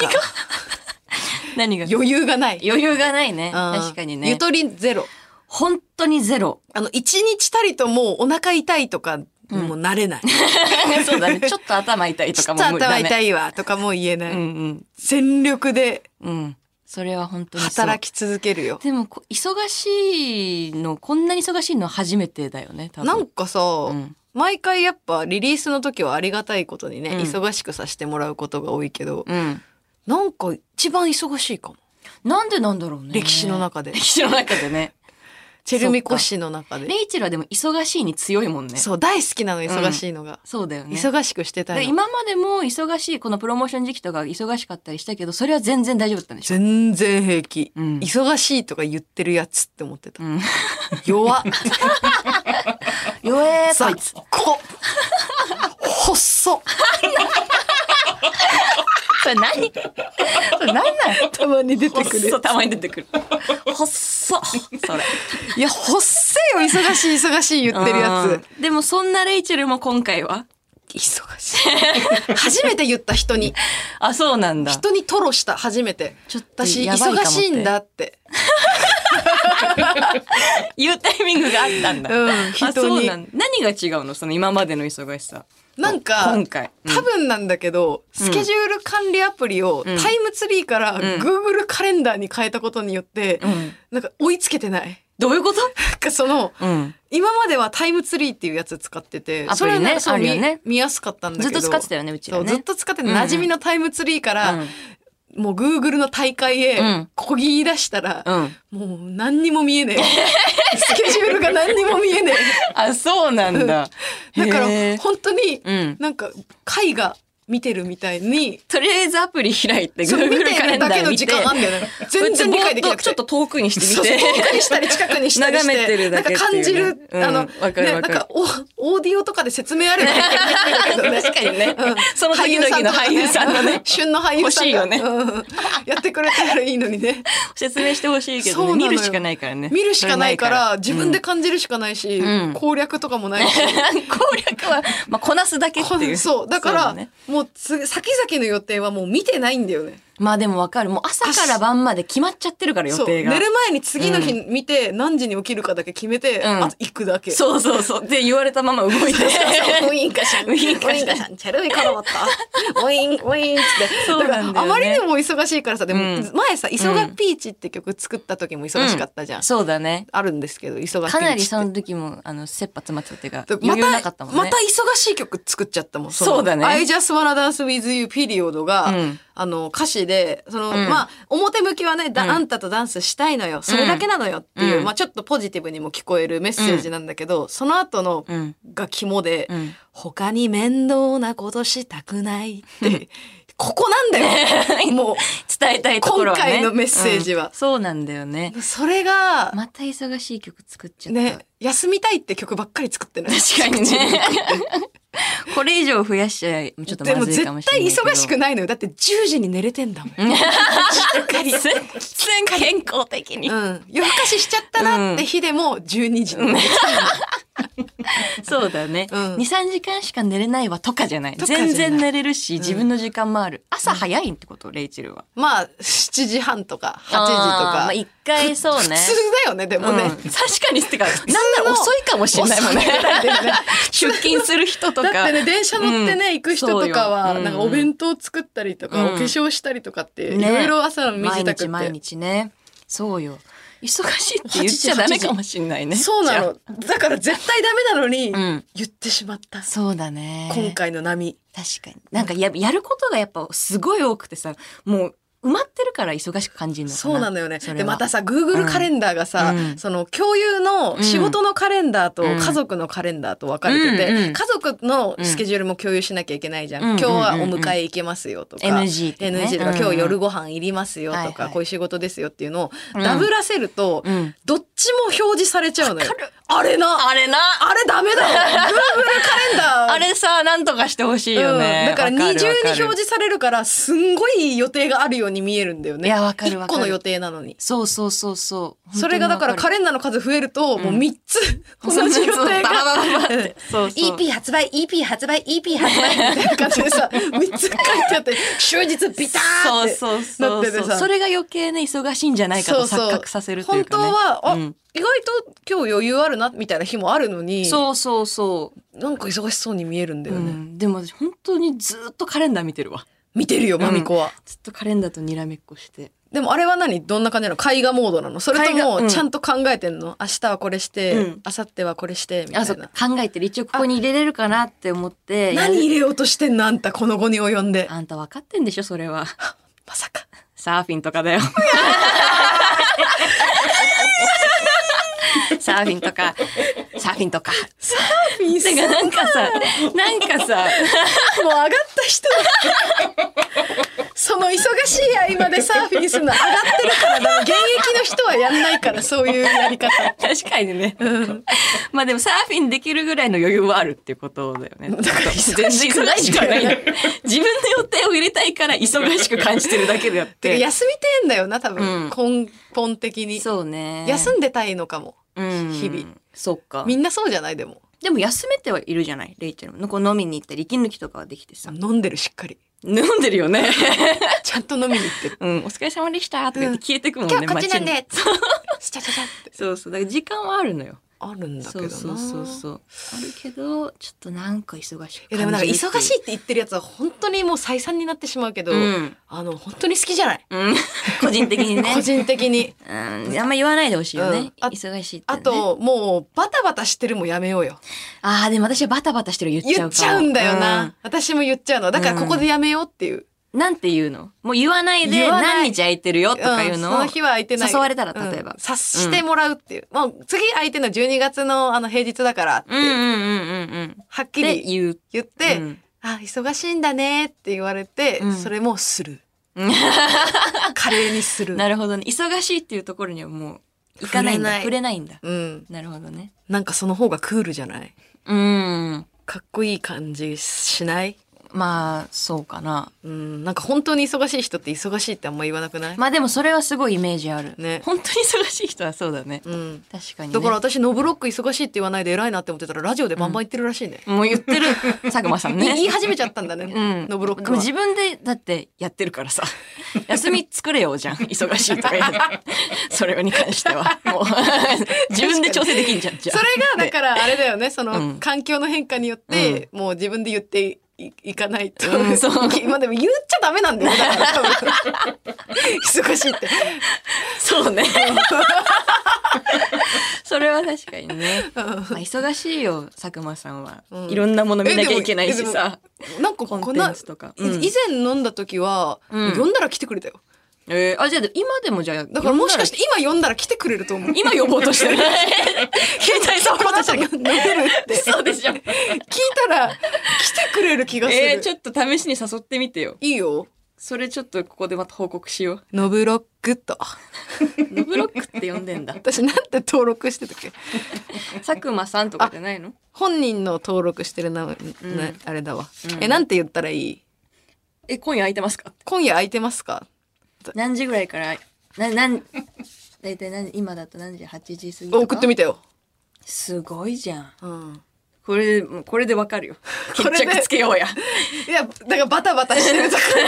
Speaker 2: 何が
Speaker 3: 余裕がない。
Speaker 2: 余裕がないね。
Speaker 3: うん
Speaker 2: 確かにね
Speaker 3: ゆ。とりゼロ。
Speaker 2: 本当にゼ ロ。
Speaker 3: あの、一日たりともうお腹痛いとか、もうなれない。
Speaker 2: そうだね。ちょっと頭痛いと
Speaker 3: ち
Speaker 2: か
Speaker 3: ょっ
Speaker 2: も
Speaker 3: と
Speaker 2: 無理だ
Speaker 3: 頭
Speaker 2: ね。
Speaker 3: 痛いわとかもう言えない。
Speaker 2: うん
Speaker 3: 全力で
Speaker 2: うん。うん。それは本当にそう
Speaker 3: 働き続けるよ
Speaker 2: でもこ忙しいのこんなに忙しいのは初めてだよね多分
Speaker 3: なんかさ、
Speaker 2: ん
Speaker 3: 毎回やっぱリリースの時はありがたいことにね、
Speaker 2: うん
Speaker 3: 忙しくさせてもらうことが多いけど、
Speaker 2: うん
Speaker 3: なんか一番忙しいかも
Speaker 2: なんでなんだろうね
Speaker 3: 歴史の中で
Speaker 2: 歴史の中でね
Speaker 3: チェルミコ氏の中で
Speaker 2: レイチェルはでも忙しいに強いもんね
Speaker 3: そう大好きなの忙しいのが、
Speaker 2: そうだよね
Speaker 3: 忙しくしてた
Speaker 2: で
Speaker 3: いの
Speaker 2: 今までも忙しいこのプロモーション時期とか忙しかったりしたけどそれは全然大丈夫だったんでしょ
Speaker 3: 全然平気、
Speaker 2: うん
Speaker 3: 忙しいとか言ってるやつって思ってた、
Speaker 2: うん
Speaker 3: 弱っ
Speaker 2: 弱えー
Speaker 3: さ
Speaker 2: こ
Speaker 3: っ
Speaker 2: いつ
Speaker 3: こ細っ
Speaker 2: それ何 それ何なん
Speaker 3: たまに出てくる
Speaker 2: そうたまに出てくる細っそれ
Speaker 3: いやほっせよ忙しい忙しい言ってるや
Speaker 2: つでもそんなレイチェルも今回は
Speaker 3: つ忙しい初めて言った人に
Speaker 2: あそうなんだ
Speaker 3: 人に吐露した初めて
Speaker 2: ちょっと
Speaker 3: 私
Speaker 2: やばいかもって
Speaker 3: 忙しいんだって
Speaker 2: 言うタイミング があったんだ、
Speaker 3: うん
Speaker 2: あ
Speaker 3: 人に
Speaker 2: そうなんだ何が違うのその今までの忙しさ
Speaker 3: なんか
Speaker 2: 今回うん
Speaker 3: 多分なんだけど、スケジュール管理アプリをタイムツリーから Google カレンダーに変えたことによって、
Speaker 2: ん
Speaker 3: なんか追いつけてない
Speaker 2: どういうこと
Speaker 3: なんかその、
Speaker 2: うん
Speaker 3: 今まではタイムツリーっていうやつ使ってて、
Speaker 2: アプリね
Speaker 3: それはなんかそう
Speaker 2: あるよ
Speaker 3: 見
Speaker 2: ね
Speaker 3: 見やすかったんだけど。
Speaker 2: ずっと使ってたよねうちらね
Speaker 3: そうずっと使ってて、馴染みのタイムツリーから、
Speaker 2: うん
Speaker 3: もう Google の大会
Speaker 2: う
Speaker 3: へ
Speaker 2: ん
Speaker 3: こぎ出したら、
Speaker 2: うん
Speaker 3: もう何にも見え ねえ。スケジュールが何にも見えね
Speaker 2: あそうなんだ
Speaker 3: え。だか
Speaker 2: へ
Speaker 3: ら
Speaker 2: ー
Speaker 3: 本当に
Speaker 2: うん
Speaker 3: なんか絵画見てるみたいに、
Speaker 2: とりあえずアプリ開いて
Speaker 3: そう見
Speaker 2: Google
Speaker 3: て
Speaker 2: カレ
Speaker 3: る
Speaker 2: ンダ
Speaker 3: だけ
Speaker 2: ー
Speaker 3: の
Speaker 2: 見
Speaker 3: 時
Speaker 2: て
Speaker 3: 間あんだ よね。全然理解できなくて。
Speaker 2: ちょっと遠くにしてみて
Speaker 3: そうそう遠くにしたり近くにしたりし
Speaker 2: 眺
Speaker 3: て
Speaker 2: めてるだけっ
Speaker 3: なんか
Speaker 2: て
Speaker 3: 感じ
Speaker 2: いうね
Speaker 3: る、あ
Speaker 2: うん
Speaker 3: の、
Speaker 2: わかるわかる
Speaker 3: ね、なんかオオーディオとかで説明ある
Speaker 2: 確かにね その時々の俳優さんのね
Speaker 3: 旬の俳優さ
Speaker 2: 欲し
Speaker 3: んが
Speaker 2: いよね
Speaker 3: うんやってくれたらいいのにね
Speaker 2: 説明してほしいけど、
Speaker 3: そうな
Speaker 2: ね、
Speaker 3: のよ
Speaker 2: 見るしかないからね
Speaker 3: 見るしかないから
Speaker 2: そ
Speaker 3: 自
Speaker 2: れ
Speaker 3: 分で感じるしかないし、
Speaker 2: うん
Speaker 3: 攻略とかもないし、
Speaker 2: うん攻略は、まあ、こなすだけっていう
Speaker 3: そうだから
Speaker 2: ね
Speaker 3: もうつ先々の予定はもう見てないんだよね
Speaker 2: まあでもわかるもう朝から晩まで決まっちゃってるから予
Speaker 3: そう
Speaker 2: 定
Speaker 3: 寝る
Speaker 2: が
Speaker 3: 前に次の日見て何時に起きるかだけ決めて、
Speaker 2: ん
Speaker 3: あと行くだけ
Speaker 2: そうそうそう。で、言われたまま動い て。
Speaker 3: ウインカシャン、
Speaker 2: ウインカシャン
Speaker 3: ャン、チェルミコロボット、ウイン、ウインって。
Speaker 2: そうなんだよね
Speaker 3: からあまりにも忙しいからさ、でも
Speaker 2: うん
Speaker 3: 前さ、忙がピーチって曲作った時も忙しかったじゃ ん。
Speaker 2: そうだね。
Speaker 3: あるんですけど、忙がピーチって。
Speaker 2: かなりその時も、あの、切羽詰まってたっていうか、
Speaker 3: ま、
Speaker 2: 余裕なかったたもんね。
Speaker 3: また忙しい曲作っちゃったもん。の
Speaker 2: そうだね
Speaker 3: I just wanna dance with you period が、
Speaker 2: うん
Speaker 3: あの、歌詞で、その、
Speaker 2: ん
Speaker 3: まあ、表向きはね、だあんたとダンスしたいのよ。それだけなのよっていう、
Speaker 2: うん
Speaker 3: まあ、ちょっとポジティブにも聞こえるメッセージなんだけど、その後の
Speaker 2: うん
Speaker 3: が肝で、
Speaker 2: うん
Speaker 3: 他に面倒なことしたくないって、ここなん だよ。も
Speaker 2: 伝えたいところはね。
Speaker 3: 今回のメッセージは
Speaker 2: うんそうなんだよね。
Speaker 3: う、それが、
Speaker 2: また忙しい曲作っちゃった。
Speaker 3: ね、休みたいって曲ばっかり作ってない。
Speaker 2: 確かにね。 これ以上増やしちゃ、ちょっと
Speaker 3: で
Speaker 2: ま
Speaker 3: も
Speaker 2: ず
Speaker 3: 絶
Speaker 2: いかもしれ
Speaker 3: 対
Speaker 2: ないけど。
Speaker 3: 忙しくないのよ。だって10時に寝れてんだもん。しっかり。
Speaker 2: 全然健康的に
Speaker 3: う。ん。夜更かししちゃったなって日でも12時に寝れてる
Speaker 2: そうだね。
Speaker 3: うん
Speaker 2: 2、3時間しか寝れないわとかじゃない。
Speaker 3: とかじゃない
Speaker 2: 全然寝れるし、自分の時間もある。朝早いってことレイチェルは。
Speaker 3: まあ、7時半とか8時と
Speaker 2: あーま
Speaker 3: か
Speaker 2: あ、。一回そうね。
Speaker 3: 普通だよね、でも
Speaker 2: うん
Speaker 3: ね。
Speaker 2: 確かにってか、なんなら遅いかもしれないも んね
Speaker 3: 遅。だけどね
Speaker 2: 出勤する人とか。
Speaker 3: だってね電車乗ってね、
Speaker 2: うん
Speaker 3: 行く人とか
Speaker 2: そう
Speaker 3: は
Speaker 2: よ
Speaker 3: なんか
Speaker 2: うん
Speaker 3: お弁当作ったりとか、
Speaker 2: うん
Speaker 3: お化粧したりとかって、
Speaker 2: ね
Speaker 3: いろいろ朝の身支度って
Speaker 2: 毎日毎日ね。そうよ。忙しいって言っちゃダメかもしれないね。
Speaker 3: そうなの
Speaker 2: じ
Speaker 3: だから絶対ダメなのに、
Speaker 2: ん
Speaker 3: 言ってしまった
Speaker 2: ゃあ。そうだね。
Speaker 3: 今。回の波
Speaker 2: 確かに。なんかや、やることがやっぱすごい多くてさ、もう埋まってるから忙しく感じるのかな。
Speaker 3: そうなのよね
Speaker 2: それは
Speaker 3: でまたさ Google カレンダーがさ、
Speaker 2: うん
Speaker 3: その共有の仕事のカレンダーと
Speaker 2: うん
Speaker 3: 家族のカレンダーと分かれてて、
Speaker 2: うんうん
Speaker 3: 家族のスケジュールも共有しなきゃいけないじゃん、
Speaker 2: うん
Speaker 3: 今日はお迎え行けますよとか、
Speaker 2: NG とかね
Speaker 3: NG とか、
Speaker 2: うん
Speaker 3: 今日夜ご飯いりますよとか、
Speaker 2: はいはい
Speaker 3: こういう仕事ですよっていうのを
Speaker 2: うん
Speaker 3: ダブらせると、
Speaker 2: うん
Speaker 3: どっちも表示されちゃうのよ
Speaker 2: わかる
Speaker 3: あれなあ
Speaker 2: あれな。
Speaker 3: れダメだ Google カレンダー
Speaker 2: あれさ、なんとかしてほしいよね。
Speaker 3: うん、だから二
Speaker 2: わ
Speaker 3: 重
Speaker 2: る
Speaker 3: に
Speaker 2: わ
Speaker 3: 表
Speaker 2: かる
Speaker 3: 示されるからすんごい予定があるように見えるんだよね。
Speaker 2: いやわかるわかる
Speaker 3: 1個の予定なのに。
Speaker 2: そうそうそうそう。
Speaker 3: それがだからカ
Speaker 2: 彼
Speaker 3: レンダーの数増えるともう3つ、同じ予定
Speaker 2: バ
Speaker 3: が。
Speaker 2: ババババ って。そうそう。
Speaker 3: EP 発売 EP 発売 EP 発売みたいな感じでさ3つ書いてあって終日ビターン
Speaker 2: そう
Speaker 3: って
Speaker 2: そうそ
Speaker 3: なっ
Speaker 2: う
Speaker 3: てて
Speaker 2: そう。
Speaker 3: さ
Speaker 2: それが余計ね、忙しいんじゃないかと錯覚させるというかね。
Speaker 3: 本当はあ、
Speaker 2: うん
Speaker 3: 意外と今日余裕あるなみたいな日もあるのに
Speaker 2: そうそうそう。
Speaker 3: なんか忙しそうに見えるんだよ
Speaker 2: う
Speaker 3: ね、
Speaker 2: ん、でも私本当にずっとカレンダー見てるわ
Speaker 3: 見てるよまみこは、
Speaker 2: ずっとカレンダーとにらめっこして
Speaker 3: でもあれは何どんな感じなの絵画モードなのそれと
Speaker 2: 絵画う
Speaker 3: も
Speaker 2: ん
Speaker 3: ちゃんと考えてんの、明日はこれして、
Speaker 2: うん
Speaker 3: 明後日はこれしてみた
Speaker 2: あ
Speaker 3: い
Speaker 2: そう
Speaker 3: な
Speaker 2: 考えてる一応ここに入れれるかなって思って
Speaker 3: 何入
Speaker 2: やる
Speaker 3: れようとしてんのあんたこの後に及んで
Speaker 2: あんた分かってんでしょそれ は
Speaker 3: まさか
Speaker 2: サーフィンとかだよ サーフィンとかサーフィンとか
Speaker 3: フィン
Speaker 2: てかなんかさなんかさ
Speaker 3: もう上がった人だその忙しい合間でサーフィンするの上がってるからだ現役の人はやんないからそういう やり方
Speaker 2: 確かにね、まあでもサーフィンできるぐらいの余裕はあるっていうことだよね
Speaker 3: だから
Speaker 2: 全然
Speaker 3: 忙しく
Speaker 2: 忙
Speaker 3: ない
Speaker 2: し
Speaker 3: ん
Speaker 2: くな
Speaker 3: だ
Speaker 2: い
Speaker 3: よね
Speaker 2: 自分の予定を入れたいから忙しく感じてるだけであって
Speaker 3: か
Speaker 2: て
Speaker 3: 休みてえんだよな多分、根本的に
Speaker 2: そうね
Speaker 3: 休んでたいのかも、
Speaker 2: うん
Speaker 3: 日々
Speaker 2: そっか
Speaker 3: みんなそうじゃないでも
Speaker 2: でも休めてはいるじゃないレイチェルもこう飲みに行ったり息抜きとかはできてさ
Speaker 3: 飲んでるし っかり
Speaker 2: 飲んでるよね
Speaker 3: ちゃんと飲みに行ってる
Speaker 2: うんお疲れ様でしたって言って消えてくもんね、
Speaker 3: 今日こっちなん
Speaker 2: 街に
Speaker 3: でスチャチャチャって
Speaker 2: そうそうだから時間はあるのよ
Speaker 3: あるんだけ
Speaker 2: そ
Speaker 3: ど
Speaker 2: う
Speaker 3: な
Speaker 2: そうそうそうあるけどちょっとなんか忙しく
Speaker 3: いやでもなんか忙し
Speaker 2: い
Speaker 3: いって言ってるやつは本当にもう再三になってしまうけど、
Speaker 2: うん
Speaker 3: あの本当に好きじゃない、
Speaker 2: うん、個人的にね
Speaker 3: 個人的に
Speaker 2: うん、あんま言わないでほしいよね、
Speaker 3: うんあ
Speaker 2: 忙しいって、ね、
Speaker 3: あともうバタバタしてるもやめようよ
Speaker 2: あーでも私はバタバタしてる言っちゃ
Speaker 3: 言
Speaker 2: う
Speaker 3: っ
Speaker 2: か
Speaker 3: ちゃうんだよな、
Speaker 2: うん
Speaker 3: 私も言っちゃうのだからここでやめようっていう、
Speaker 2: なんて言うのもう言わないで
Speaker 3: 言わない
Speaker 2: 何日空いてるよとかいうのを、
Speaker 3: その日は空いてない
Speaker 2: 誘われたら例えば
Speaker 3: うん察してもらうっていう、もう次空いてるの12月のあの平日だからって、
Speaker 2: うんうんうんうんうん
Speaker 3: はっき
Speaker 2: で
Speaker 3: り
Speaker 2: 言う
Speaker 3: 言って、
Speaker 2: うん
Speaker 3: あ忙しいんだねって言われて、
Speaker 2: うん
Speaker 3: それもする 華麗にする
Speaker 2: なるほどね忙しいっていうところにはもう行かないんだ触
Speaker 3: 触
Speaker 2: れ
Speaker 3: れ
Speaker 2: ないんだ
Speaker 3: うん
Speaker 2: なるほどね
Speaker 3: なんかその方がクールじゃない
Speaker 2: うん
Speaker 3: かっこいい感じしない
Speaker 2: まあそうかな
Speaker 3: うんなんか本当に忙しい人って忙しいってあんま言わなくない、
Speaker 2: まあでもそれはすごいイメージある、
Speaker 3: ね
Speaker 2: 本当に忙しい人はそうだね、
Speaker 3: うん
Speaker 2: 確かに、ね、
Speaker 3: だから私ノブロック忙しいって言わないで偉いなって思ってたらラジオでバンバン言ってるらしいね、
Speaker 2: もう言って る佐久間さんね
Speaker 3: 言い始めちゃったんだね、
Speaker 2: うん、
Speaker 3: ノブロッ
Speaker 2: で
Speaker 3: ク
Speaker 2: も
Speaker 3: は
Speaker 2: 自分でだってやってるから さ休み作れようじゃん忙しいとか言うそれに関してはもう自分で調整できんじゃんじゃ
Speaker 3: それがだ
Speaker 2: ら
Speaker 3: からあれだよねそうの
Speaker 2: ん
Speaker 3: 環境の変化によって、もう自分で言っていいかないと、
Speaker 2: うんそう
Speaker 3: まあでも言っちゃダメなんだよだから多分忙し いって
Speaker 2: そうねそれは確かにね、まあ、忙しいよ佐久間さんは、
Speaker 3: うん
Speaker 2: いろんなもの見なきゃいけない
Speaker 3: えで
Speaker 2: し
Speaker 3: も
Speaker 2: さ
Speaker 3: なんか
Speaker 2: コ
Speaker 3: こ
Speaker 2: ンテ
Speaker 3: な
Speaker 2: ンツとか、
Speaker 3: い以前飲んだ時は、
Speaker 2: うん
Speaker 3: 呼んだら来てくれたよ
Speaker 2: えーあじゃあ今でもじゃあ
Speaker 3: だからもしかしてて今呼んだら来てくれると思う
Speaker 2: 今呼ぼうとしてる 携帯触ろうとしてる
Speaker 3: 飲めるって聞い
Speaker 2: そうでしょ
Speaker 3: たら来てくれる気がする、
Speaker 2: えー、ちょっと試しに誘ってみてよ
Speaker 3: いいよ
Speaker 2: それちょっとここでまた報告しよう。
Speaker 3: ノブロックと
Speaker 2: ノブロックって呼んでんだ。
Speaker 3: 私なんて登録してたっけ
Speaker 2: 佐久間さんとかじゃないの
Speaker 3: 本人の登録してるな、ね
Speaker 2: ん
Speaker 3: あれだわ、えなんて言ったらいい
Speaker 2: え、今夜空いてますか
Speaker 3: 今夜空いてますか
Speaker 2: 何時ぐらいから、な、なん、だいたい何、今だと何時 ?8 時過ぎとか
Speaker 3: 送ってみたよ、
Speaker 2: すごいじゃん。
Speaker 3: うん、
Speaker 2: これ、もうこれでわか るよ。決
Speaker 3: これで
Speaker 2: 着つけようや。
Speaker 3: いやだからバタバタしてるとか
Speaker 2: そう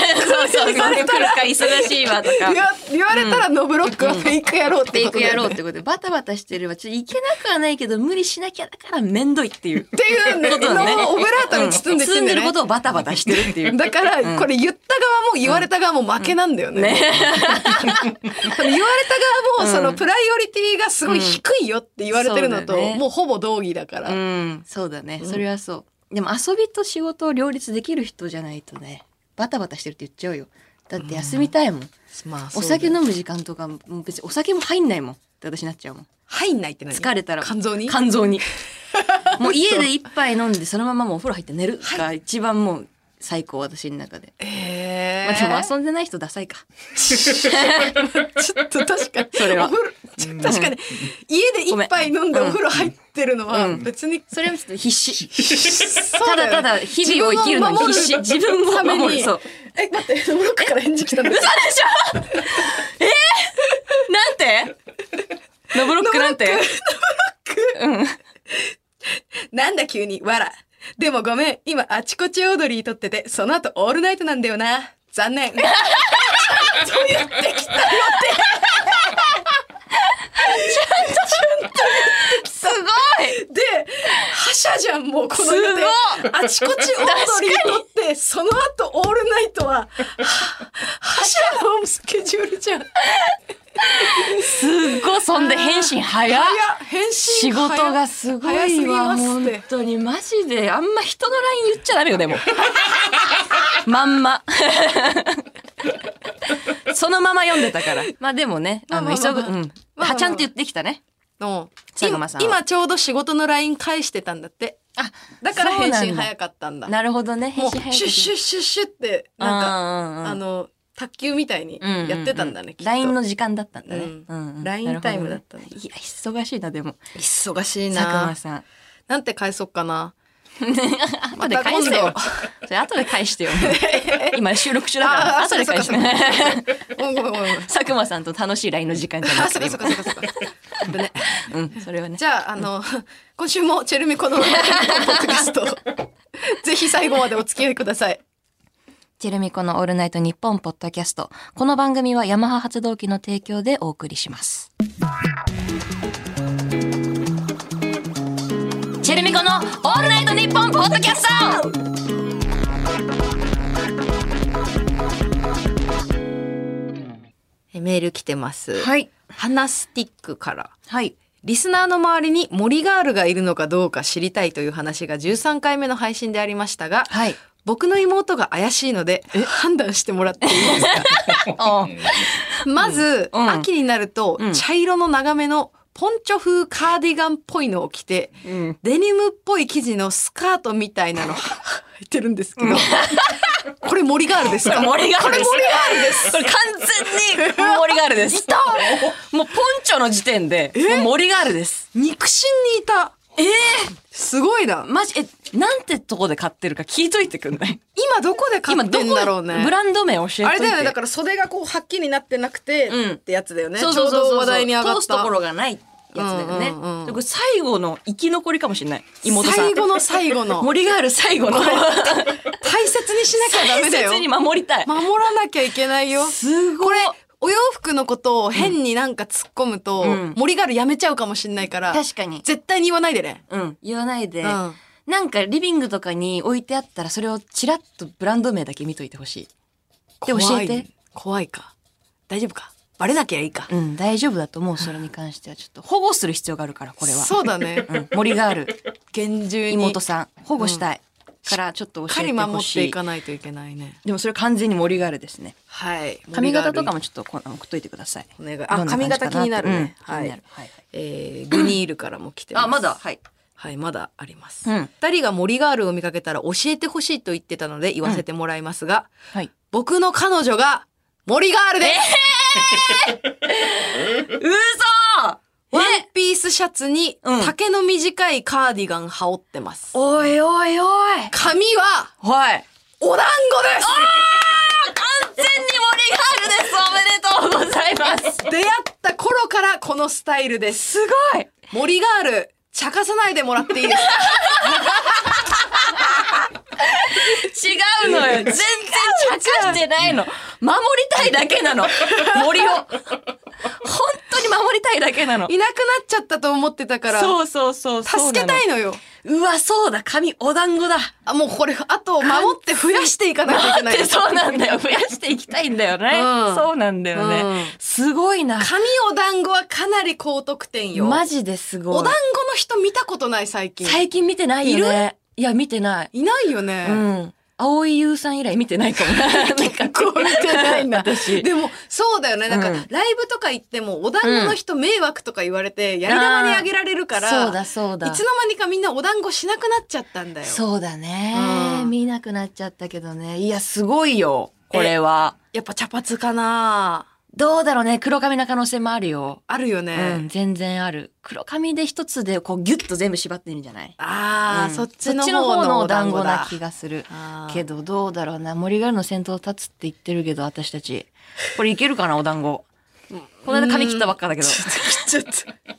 Speaker 2: そう、
Speaker 3: 言われ
Speaker 2: 来る
Speaker 3: たら
Speaker 2: か忙 しいわとか。
Speaker 3: 言わ言われたらノブロックはフェイクやろうっ
Speaker 2: やって
Speaker 3: て
Speaker 2: い
Speaker 3: こと
Speaker 2: く
Speaker 3: だよ
Speaker 2: や
Speaker 3: ね
Speaker 2: ろうってことでバタバタしてるわちょっといけなくはないけど無理しなきゃだからめんどいっていう
Speaker 3: っていう
Speaker 2: こと だね
Speaker 3: のをオブラートに包んでいく
Speaker 2: 包ん
Speaker 3: ん
Speaker 2: で
Speaker 3: だよ
Speaker 2: る
Speaker 3: ね
Speaker 2: ことをバタバタしてるっていう
Speaker 3: だからこれ言った側も言われた側も負けなんだよね。 この言われた側もそのプライオリティがすごい低いよって言われてるの
Speaker 2: うんそう
Speaker 3: と
Speaker 2: だよね
Speaker 3: もうほぼ同義だか
Speaker 2: う
Speaker 3: ら。
Speaker 2: ん、そうだね、それはそうでも遊びと仕事を両立できる人じゃないとねバタバタしてるって言っちゃうよだって休みたいもん、
Speaker 3: まあ
Speaker 2: お酒飲む時間とかももう別にお酒も入んないもんって私なっちゃうもん
Speaker 3: 入んないって何
Speaker 2: 疲れたら
Speaker 3: 肝臓に
Speaker 2: 肝臓 にもう家で一杯飲んでそのままもうお風呂入って寝るが一番もう最高私の中で、
Speaker 3: え
Speaker 2: ま
Speaker 3: ー
Speaker 2: あ、でも遊んでない人ダサいか
Speaker 3: ちょっと確かに
Speaker 2: それは
Speaker 3: お風呂ちょ確かに家で一杯飲んでお風呂入ってるのは
Speaker 2: うん
Speaker 3: 別に
Speaker 2: それはちょっと必死
Speaker 3: た
Speaker 2: ただただ日々を生きるのに必死自分を守る そう
Speaker 3: え待ってブロックから返事来たんだけど
Speaker 2: なんてノブロックなんて
Speaker 3: なんだ急に、わら。でもごめん、今あちこちオードリー撮ってて、その後オールナイトなんだよな。残念。ちゃんと言ってきたよ
Speaker 2: すごい
Speaker 3: で、覇者じゃん、もうこの世で。あちこちオードリー撮って、その後オールナイトは、は覇シャホームスケジュールじゃん。い
Speaker 2: すっごいそんで返信早っ
Speaker 3: や、返
Speaker 2: 仕
Speaker 3: 信早
Speaker 2: 事がすご
Speaker 3: 早す
Speaker 2: い
Speaker 3: ぎ
Speaker 2: わ
Speaker 3: ますっ
Speaker 2: 本
Speaker 3: て。
Speaker 2: 当にマジであんま人の LINE 言っちゃダメよで もまんまそのまま読んでたからまあでもねあの
Speaker 3: まあま
Speaker 2: 急
Speaker 3: あ
Speaker 2: ぐ
Speaker 3: まあ
Speaker 2: うん
Speaker 3: まあまあまあ
Speaker 2: はちゃんと言ってきたね
Speaker 3: うん
Speaker 2: 佐久間さんは
Speaker 3: 今今ちょうど仕事の LINE 返してたんだって。
Speaker 2: あ
Speaker 3: だから
Speaker 2: そうなん
Speaker 3: 返
Speaker 2: だ
Speaker 3: 信早かったんだ。
Speaker 2: なるほどね
Speaker 3: も
Speaker 2: 返
Speaker 3: うシ
Speaker 2: 信早
Speaker 3: ュッ
Speaker 2: い時
Speaker 3: シュッシュッシュって、なんか、
Speaker 2: うんうんうん
Speaker 3: あの、卓球みたいにやってたんだね、きっと
Speaker 2: LINE の時間だったんだね
Speaker 3: うん
Speaker 2: うんうん
Speaker 3: LINE
Speaker 2: なるほどね
Speaker 3: タイムだったんだ
Speaker 2: いや忙しいなでも
Speaker 3: 忙しい
Speaker 2: 佐久間
Speaker 3: な。
Speaker 2: さん
Speaker 3: なんて返そうかな。
Speaker 2: 後で返してよ
Speaker 3: また。
Speaker 2: それ後で返 してよ。今収録中だから。
Speaker 3: あー
Speaker 2: 後で返して
Speaker 3: そうかそう。ごめんごめんごめんごめん。
Speaker 2: 佐久間さんと楽しい LINE の時間じゃ な
Speaker 3: あ、
Speaker 2: く
Speaker 3: そってかそっかそっかそっか。危ね
Speaker 2: 今うん、それはね。
Speaker 3: じゃあ、あの、 今週もチェルミコのポッドキャスト、 ぜひ最後までお付き合いください。
Speaker 2: チェルミコのオールナイトニッポンポッドキャスト。この番組はヤマハ発動機の提供でお送りします。チェルミコのオールナイトニッポンポッドキャスト
Speaker 3: えメール来てます。
Speaker 2: はい。
Speaker 3: 花スティックから。
Speaker 2: はい。
Speaker 3: リスナーの周りに森ガールがいるのかどうか知りたいという話が13回目の配信でありましたが、
Speaker 2: はい。
Speaker 3: 僕の妹が怪しいので判断してもらっていいですか
Speaker 2: お
Speaker 3: まず、
Speaker 2: うん
Speaker 3: 秋になると、
Speaker 2: うん
Speaker 3: 茶色の長めのポンチョ風カーディガンっぽいのを着て、
Speaker 2: うん
Speaker 3: デニムっぽい生地のスカートみたいなの 履いてるんですけど、 これ森ガールですか
Speaker 2: 森ガールです。
Speaker 3: これ森ガールです
Speaker 2: これ完全に森ガールです。もうポンチョの時点で、もう森ガールです。
Speaker 3: 肉親にいた
Speaker 2: ええ
Speaker 3: すごいな
Speaker 2: マジ、え、なんてとこで買ってるか聞いといてくんない
Speaker 3: 今どこで買
Speaker 2: 今
Speaker 3: って
Speaker 2: ど
Speaker 3: ん
Speaker 2: こ
Speaker 3: だろうね
Speaker 2: ブランド名教えて
Speaker 3: あれだよねだ
Speaker 2: か
Speaker 3: から袖がこうはっきりなってなくて、
Speaker 2: うん
Speaker 3: ってやつだよね
Speaker 2: そうそうそう
Speaker 3: ちょう
Speaker 2: そう
Speaker 3: ど話題に上がった
Speaker 2: 通すところがないやつだよね、
Speaker 3: うんうんうん
Speaker 2: でこれ最後の生き残りかもしれない妹さん
Speaker 3: 最後の最後 の
Speaker 2: 森ガール最後の
Speaker 3: 大切にしなきゃダメだよ
Speaker 2: 大切に守りたい、
Speaker 3: 守らなきゃいけないよ
Speaker 2: すごい
Speaker 3: お洋服のことを変になんか突っ込むと、
Speaker 2: うん
Speaker 3: 森ガールやめちゃうかもしれないから
Speaker 2: 確かに
Speaker 3: 絶対に言わないでね
Speaker 2: うん言わないで、
Speaker 3: うん
Speaker 2: なんかリビングとかに置いてあったらそれをちらっとブランド名だけ見といてほしいで教
Speaker 3: 怖
Speaker 2: え
Speaker 3: い
Speaker 2: て
Speaker 3: 怖いか大丈夫かバレなきゃいいか、
Speaker 2: うん大丈夫だと思うそれに関してはちょっと保護する必要があるからこれは
Speaker 3: そうだね、
Speaker 2: うん、森ガール
Speaker 3: 厳重に
Speaker 2: 妹さん保護したい、からちょっと
Speaker 3: し
Speaker 2: 教
Speaker 3: っか
Speaker 2: え
Speaker 3: り
Speaker 2: てほ
Speaker 3: 守っ
Speaker 2: してい
Speaker 3: いかないといけないね
Speaker 2: でもそれ完全に森ガールですね
Speaker 3: はい
Speaker 2: 髪型とか
Speaker 3: も
Speaker 2: もちょっとこう送っといてください
Speaker 3: お願いあ
Speaker 2: どんな感じか
Speaker 3: 髪型気になるね
Speaker 2: うん
Speaker 3: は
Speaker 2: 気
Speaker 3: い
Speaker 2: になるはい
Speaker 3: えー、グニールからも来てます
Speaker 2: あまだはい
Speaker 3: はい、まだあります。
Speaker 2: う
Speaker 3: 二、
Speaker 2: ん
Speaker 3: 人が森ガールを見かけたら教えてほしいと言ってたので言わせてもらいますが、
Speaker 2: はい
Speaker 3: 僕の彼女が森ガールです、
Speaker 2: 嘘
Speaker 3: ワンピースシャツに
Speaker 2: うん
Speaker 3: 丈の短いカーディガン羽織ってます。
Speaker 2: おいおいおい
Speaker 3: 髪は
Speaker 2: はい
Speaker 3: お団
Speaker 2: 完全に森ガールですおめでとうございます
Speaker 3: 子です出会った頃からこのスタイルです。
Speaker 2: すごい
Speaker 3: 森ガール、茶化さないでもらっていいですか
Speaker 2: 違うのよ全然茶化してないの守りたいだけなの森を本当に守りたいだけなの
Speaker 3: いなくなっちゃったと思ってたから、
Speaker 2: そうそうそうそう
Speaker 3: 助けたいのよ。
Speaker 2: のうわそうだ髪お団子だ
Speaker 3: あ、もうこれ、あと守って増やしていかなきゃいけない。
Speaker 2: そうなんだよ増やしていきたいんだよね、
Speaker 3: うん
Speaker 2: そうなんだよね、
Speaker 3: うん
Speaker 2: すごいな
Speaker 3: 髪お団子はかなり高得点よ。
Speaker 2: マジですごい
Speaker 3: お団子の人見たことない最近。
Speaker 2: 最近見てないよねいや見てない
Speaker 3: いないよ
Speaker 2: う
Speaker 3: ね。
Speaker 2: ん蒼井優さん以来見てない かもなんか
Speaker 3: こう見てないな。
Speaker 2: 私
Speaker 3: でも、そうだよね。なんか、
Speaker 2: うん
Speaker 3: ライブとか行っても、お団子の人迷惑とか言われて、やり玉にあげられるから、
Speaker 2: そうだそうだ
Speaker 3: いつの間にかみんなお団子しなくなっちゃったんだよ。
Speaker 2: そうだね、
Speaker 3: うん
Speaker 2: 見なくなっちゃったけどねいやすごいよこれは
Speaker 3: やっぱ茶髪かな
Speaker 2: どうだろうね黒髪な可能性もあるよ
Speaker 3: あるよ
Speaker 2: う
Speaker 3: ね。
Speaker 2: ん、全然ある。黒髪で一つでこうギュッと全部縛ってるんじゃない
Speaker 3: ああ、
Speaker 2: うん
Speaker 3: そっちの方のお団子
Speaker 2: な
Speaker 3: だ。
Speaker 2: 気がする
Speaker 3: あー
Speaker 2: けどどうだろうな森ガールの先頭立つって言ってるけど私たちこれいけるかなお団子この間髪切ったばっかだけど
Speaker 3: ちょっと。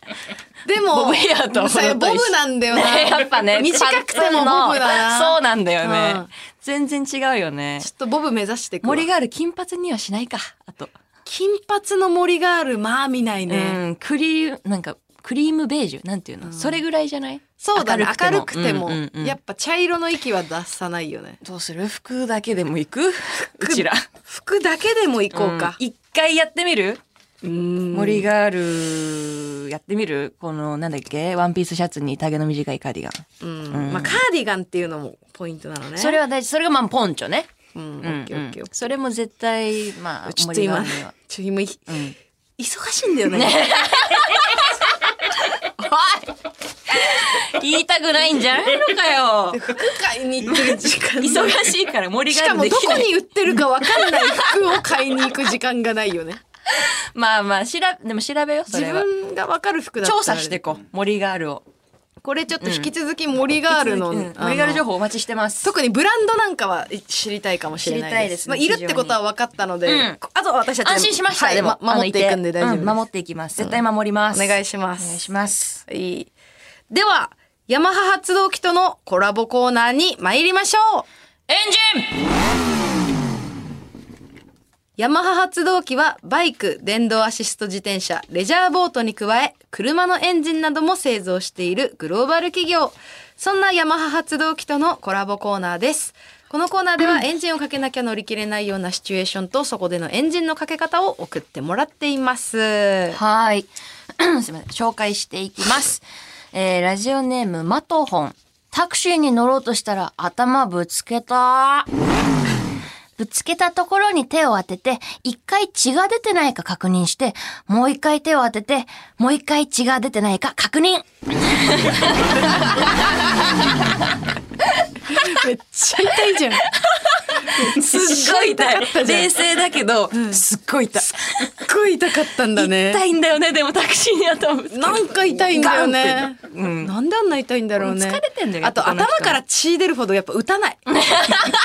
Speaker 3: でも、
Speaker 2: ボブヘアと
Speaker 3: それボブなんだよな。
Speaker 2: ねやっぱね
Speaker 3: 短くてもボブだな。
Speaker 2: そうなんだよ
Speaker 3: う
Speaker 2: ね
Speaker 3: ん
Speaker 2: 全然違うよね
Speaker 3: ちょっとボブ目指していくわ。
Speaker 2: 森ガール金髪にはしないかあと
Speaker 3: 金髪の森ガール、まあ見ないうね。
Speaker 2: んクリーなんかクリームベージュなんていうの、それぐらいじゃない
Speaker 3: そうだね明るくても
Speaker 2: うんうんうん
Speaker 3: やっぱ茶色の息は出さないよね
Speaker 2: どうする服だけでも行くうちら。
Speaker 3: 服だけでもいこうか、
Speaker 2: 一回やってみる
Speaker 3: うん
Speaker 2: 森がある、やってみるこの、なんだっけワンピースシャツに丈の短いカーディガン。
Speaker 3: うんまあカーディガンっていうのもポイントなのね
Speaker 2: それは大事。それがまあ、ポンチョね。
Speaker 3: うんオ
Speaker 2: うん
Speaker 3: ッケーオッケーオッケー
Speaker 2: それも絶対、まあ、
Speaker 3: ちょっと今
Speaker 2: 森があるには
Speaker 3: ちょ今い
Speaker 2: ん
Speaker 3: 忙しいんだよね
Speaker 2: おい言いたくないんじゃないの かよ
Speaker 3: 服買いに行ってる時間ない
Speaker 2: 忙しいから森
Speaker 3: し
Speaker 2: が
Speaker 3: か
Speaker 2: ある
Speaker 3: も
Speaker 2: で
Speaker 3: ど
Speaker 2: き
Speaker 3: こ
Speaker 2: ない。
Speaker 3: に売ってるかわかんない服を買いに行く時間がないよね
Speaker 2: まあまあ、調べ、でも調べよ、それ
Speaker 3: 自
Speaker 2: は。
Speaker 3: 分がわかる服だったら
Speaker 2: 調査していこう。森ガールを。
Speaker 3: これちょっと引き続き森ガールの,、
Speaker 2: うん
Speaker 3: あの
Speaker 2: 森ガール情報お待ちしてます。
Speaker 3: 特にブランドなんかは知りたいかもしれな
Speaker 2: 知
Speaker 3: いです
Speaker 2: りたいですね
Speaker 3: まあ、いるってことは分かったので、
Speaker 2: うん
Speaker 3: あとは私たちでも
Speaker 2: 安心しました。
Speaker 3: はい
Speaker 2: でも、
Speaker 3: ま守っていくんで大
Speaker 2: あ
Speaker 3: 丈夫
Speaker 2: の
Speaker 3: です、
Speaker 2: うん守っていきます。絶対守ります。
Speaker 3: お願いします
Speaker 2: お願いします。
Speaker 3: はいではヤマハ発動機とのコラボコーナーに参りましょう
Speaker 2: エンジン
Speaker 3: ヤマハ発動機はバイク、電動アシスト自転車、レジャーボートに加え、車のエンジンなども製造しているグローバル企業。そんなヤマハ発動機とのコラボコーナーです。このコーナーではエンジンをかけなきゃ乗り切れないようなシチュエーションとそこでのエンジンのかけ方を送ってもらっています。
Speaker 2: はい。 すみません。紹介していきます。えー、ラジオネーム、マトホン。タクシーに乗ろうとしたら頭ぶつけた。ぶつけたところに手を当てて、一回血が出てないか確認して、もう一回手を当てて、もう一回血が出てないか確認。
Speaker 3: めっちゃ痛いじゃん。 すっごい痛か ったじゃん。すっ
Speaker 2: 静だけど、すっごい痛い。
Speaker 3: ごい痛かったんだね。
Speaker 2: いんだよね、でもタクシーに頭ぶつ
Speaker 3: なんか痛いんだよ
Speaker 2: ガン
Speaker 3: ね
Speaker 2: って。うん
Speaker 3: なんであんな痛いんだろうね。
Speaker 2: 疲れてんだよ
Speaker 3: あと
Speaker 2: やっぱ
Speaker 3: 頭
Speaker 2: この人
Speaker 3: から血出るほどやっぱ打 たない。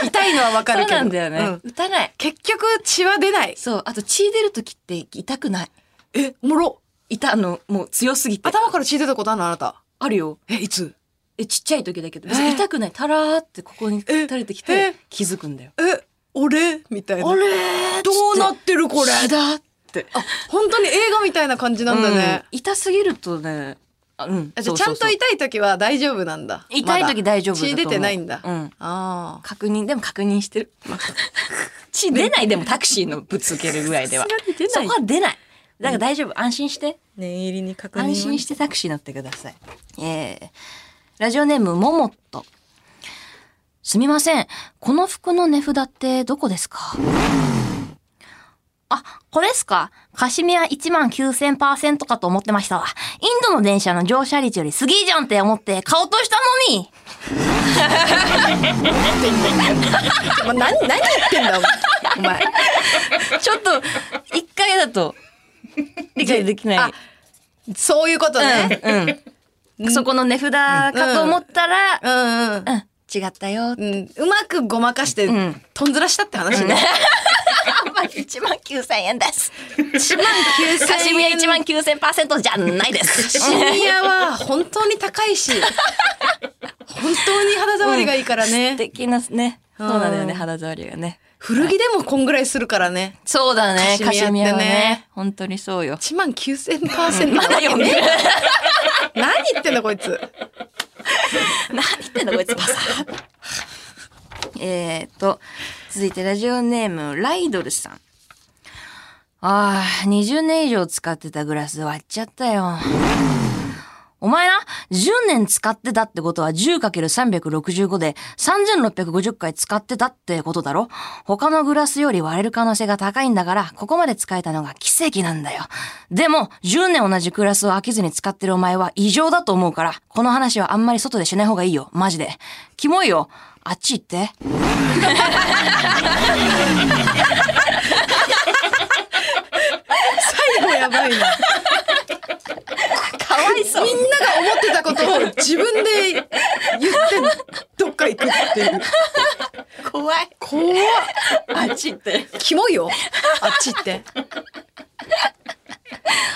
Speaker 3: 痛いのはわかる
Speaker 2: そう
Speaker 3: けど。
Speaker 2: なんだよね。
Speaker 3: うん
Speaker 2: 打たない。
Speaker 3: 結局血は出ない。
Speaker 2: そう。あと血出るときって痛くない。
Speaker 3: え、おもろ。
Speaker 2: 痛、あの、もう強すぎて。
Speaker 3: 頭から血出たことあるのあなた。
Speaker 2: あるよ。
Speaker 3: え、いつ
Speaker 2: え、ちっちゃい時だけど、
Speaker 3: え
Speaker 2: 別に痛くない。たらーってここに垂れてき
Speaker 3: ええ
Speaker 2: て、気づくんだよ。
Speaker 3: え、俺みたいな。
Speaker 2: あれー
Speaker 3: どうなってるこれ。
Speaker 2: 血だって。
Speaker 3: あ、本当に映画みたいな感じなんだね。
Speaker 2: うん痛すぎるとね、あうん。
Speaker 3: あじゃあち
Speaker 2: そうそう
Speaker 3: ゃ
Speaker 2: んそ
Speaker 3: と
Speaker 2: う
Speaker 3: 痛い時は大丈夫なんだ。
Speaker 2: 痛い時大丈夫だと
Speaker 3: ま
Speaker 2: 思
Speaker 3: 血
Speaker 2: う
Speaker 3: 出てないんだ。
Speaker 2: うん
Speaker 3: ああ。
Speaker 2: 確認、でも確認してる。 血出ないでもタクシーのぶつけるぐらいでは
Speaker 3: さ すがに出。
Speaker 2: そ
Speaker 3: ない
Speaker 2: こは出ない。だから大丈夫。安心して。
Speaker 3: 念入りに確認。
Speaker 2: 安心してタクシー乗ってください。えー、ラジオネーム、ももっと。すみません。この服の値札ってどこですかあ、これですかカシミヤ1万9000%かと思ってましたわ。インドの電車の乗車率よりすぎじゃんって思って買おうとしたのに
Speaker 3: まあ、何、何言ってんだお前。お前。
Speaker 2: ちょっと、一回だと、理解できな
Speaker 3: あ
Speaker 2: い。
Speaker 3: そういうことね。
Speaker 2: うん。そこの値札かと思ったら、
Speaker 3: うんうん
Speaker 2: うん、違ったよ。
Speaker 3: うん、うまくごまかして、とんずらしたって話ね。
Speaker 2: 1万9000円 です。
Speaker 3: 1万9000円。
Speaker 2: カシミヤ1万9000%じゃないです。
Speaker 3: シニアは本当に高いし、本当に肌触りがいいからね
Speaker 2: 素。敵なね。
Speaker 3: う
Speaker 2: そ
Speaker 3: ん
Speaker 2: うなんだよね、肌触りがね。
Speaker 3: 古着でもこんぐらいするからね。
Speaker 2: そうだね、
Speaker 3: カ
Speaker 2: カ
Speaker 3: シ
Speaker 2: シ
Speaker 3: ミ
Speaker 2: ミ
Speaker 3: ヤっ
Speaker 2: ヤ
Speaker 3: てね
Speaker 2: はね。本当にそうよ。
Speaker 3: 1万9000パーセント。ま
Speaker 2: だ読んでる
Speaker 3: 何言ってんだこいつ。
Speaker 2: 何言ってんだ、こいつ、バサッ えーっと、続いてラジオネーム、ライドルさん。ああ、20年以上使ってたグラス割っちゃったよ。お前な、10年使ってたってことは 10×365 で3650回使ってたってことだろ他のグラスより割れる可能性が高いんだから、ここまで使えたのが奇跡なんだよ。でも、10年同じグラスを飽きずに使ってるお前は異常だと思うから、この話はあんまり外でしない方がいいよ。マジで。キモいよ。あっち行って。
Speaker 3: 最後やばいな。
Speaker 2: かわいそ
Speaker 3: みんなが思ってたことを自分で言って、どっか行くっていう。
Speaker 2: 怖い。
Speaker 3: 怖っ。
Speaker 2: あっち行って。
Speaker 3: キモいよ。あっちって。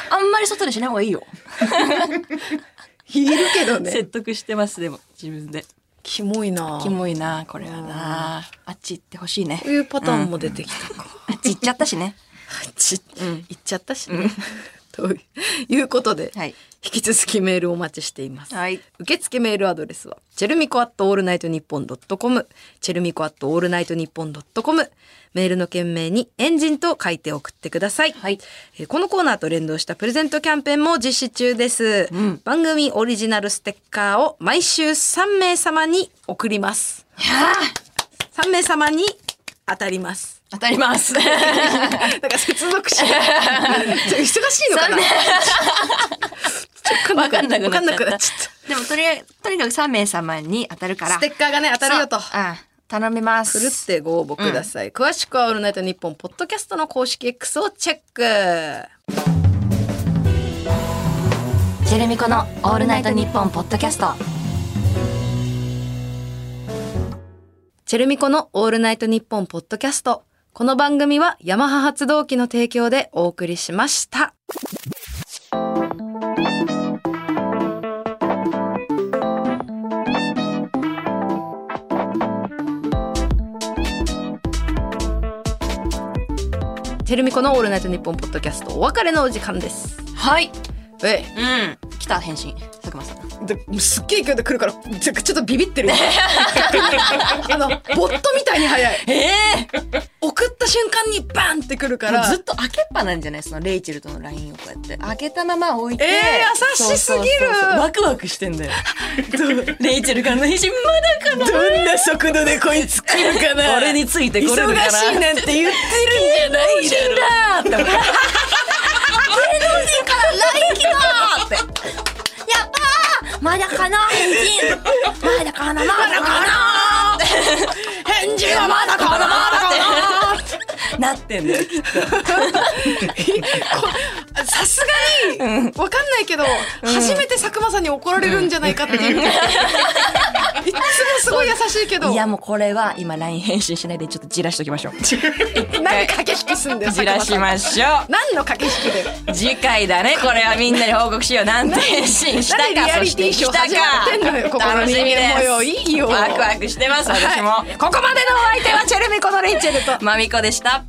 Speaker 2: あんまり外でしない方がいいよ。
Speaker 3: いるけどね。
Speaker 2: 得してます、でも。自分で。
Speaker 3: キモいな。
Speaker 2: キモいな、これはな。あっち行ってほしいね
Speaker 3: こ。ういうパターンも出てきたか。
Speaker 2: あっち行っちゃったしね。
Speaker 3: ち、行っちゃったし、ということで、
Speaker 2: はい
Speaker 3: 引き続きメールをお待ちしています、
Speaker 2: はい
Speaker 3: 受付メールアドレスはチェルミコアットオールナイトニッポンドットコムチェルミコアットオールナイトニッポンドットコムメールの件名にエンジンと書いて送ってください、
Speaker 2: はい
Speaker 3: えーこのコーナーと連動したプレゼントキャンペーンも実施中です、番組オリジナルステッカーを毎週3名様に送ります3名様に当たります
Speaker 2: 当たり ます。
Speaker 3: なんか接続しない。ちょ忙しいのか
Speaker 2: 残
Speaker 3: な。
Speaker 2: 念
Speaker 3: ちょ
Speaker 2: わかんなくなっちゃった
Speaker 3: わかんなくなっちゃっ
Speaker 2: でもとりあえず、とにかく3名様に当たるか
Speaker 3: た。
Speaker 2: ら。
Speaker 3: ステッカーがね当たるよと
Speaker 2: そう。あ頼みます。
Speaker 3: ふるってご応募ください。詳しくはオールナイトニッポンポッドキャストの公式 X をチェック。
Speaker 2: ジェルミコのオールナイトニッポンポッドキャスト。
Speaker 3: チェルミコのオールナイトニッポンポッドキャスト。この番組はヤマハ発動機の提供でお送りしました。チェルミコのオールナイトニッポンポッドキャストお別れのお時間です。
Speaker 2: はい。
Speaker 3: え
Speaker 2: うん。来た返信。佐久間さん。
Speaker 3: い、でもうすっげえ勢いで来るからちょちょっとビビってる。 あのボットみたいに早い。
Speaker 2: ええ
Speaker 3: 送った瞬間にバンってくるか
Speaker 2: もう
Speaker 3: ら。
Speaker 2: ずっと開けっぱなんじゃないそのレイチェルとの LINE をこうやって。開けたまま置いて。
Speaker 3: えー優しすぎ
Speaker 2: そうそう
Speaker 3: る
Speaker 2: そうそうワクワクしてん だよ。レイチェルからの返信まだかな
Speaker 3: どんな速度でこいつ来るか な
Speaker 2: 俺についてこれるかな
Speaker 3: 忙しいなんて言ってるんじゃないだ
Speaker 2: だー
Speaker 3: ろ
Speaker 2: って芸能人から LINE 来たーってやったーまだかな返信まだかなまだかな
Speaker 3: 返事はまだかなまだかな
Speaker 2: ってなってんだよ
Speaker 3: さすがにわかんないけど、初めて佐久間さんに怒られるんじゃないかっていう、いつもすごい優しいけど
Speaker 2: いやもうこれは今 LINE 返信しないでちょっとじらしときましょう
Speaker 3: 何駆け引きすんだよ
Speaker 2: じ
Speaker 3: 佐
Speaker 2: らし
Speaker 3: 久間さん
Speaker 2: ましょ
Speaker 3: 何の駆け引きで
Speaker 2: う次回だ ねこれはみんなに報告しようなんて返信した
Speaker 3: 誰リ
Speaker 2: か
Speaker 3: ア
Speaker 2: そ
Speaker 3: リ
Speaker 2: し
Speaker 3: テ
Speaker 2: て
Speaker 3: ィショ
Speaker 2: 来
Speaker 3: ー始まってんのよ
Speaker 2: た
Speaker 3: ここ
Speaker 2: か
Speaker 3: の
Speaker 2: 楽し
Speaker 3: 人
Speaker 2: みで
Speaker 3: 間模様
Speaker 2: す
Speaker 3: いいよ
Speaker 2: ワクワクしてます私も
Speaker 3: はいここまでのお相手はチェルミコのレイチェルと
Speaker 2: まみこでした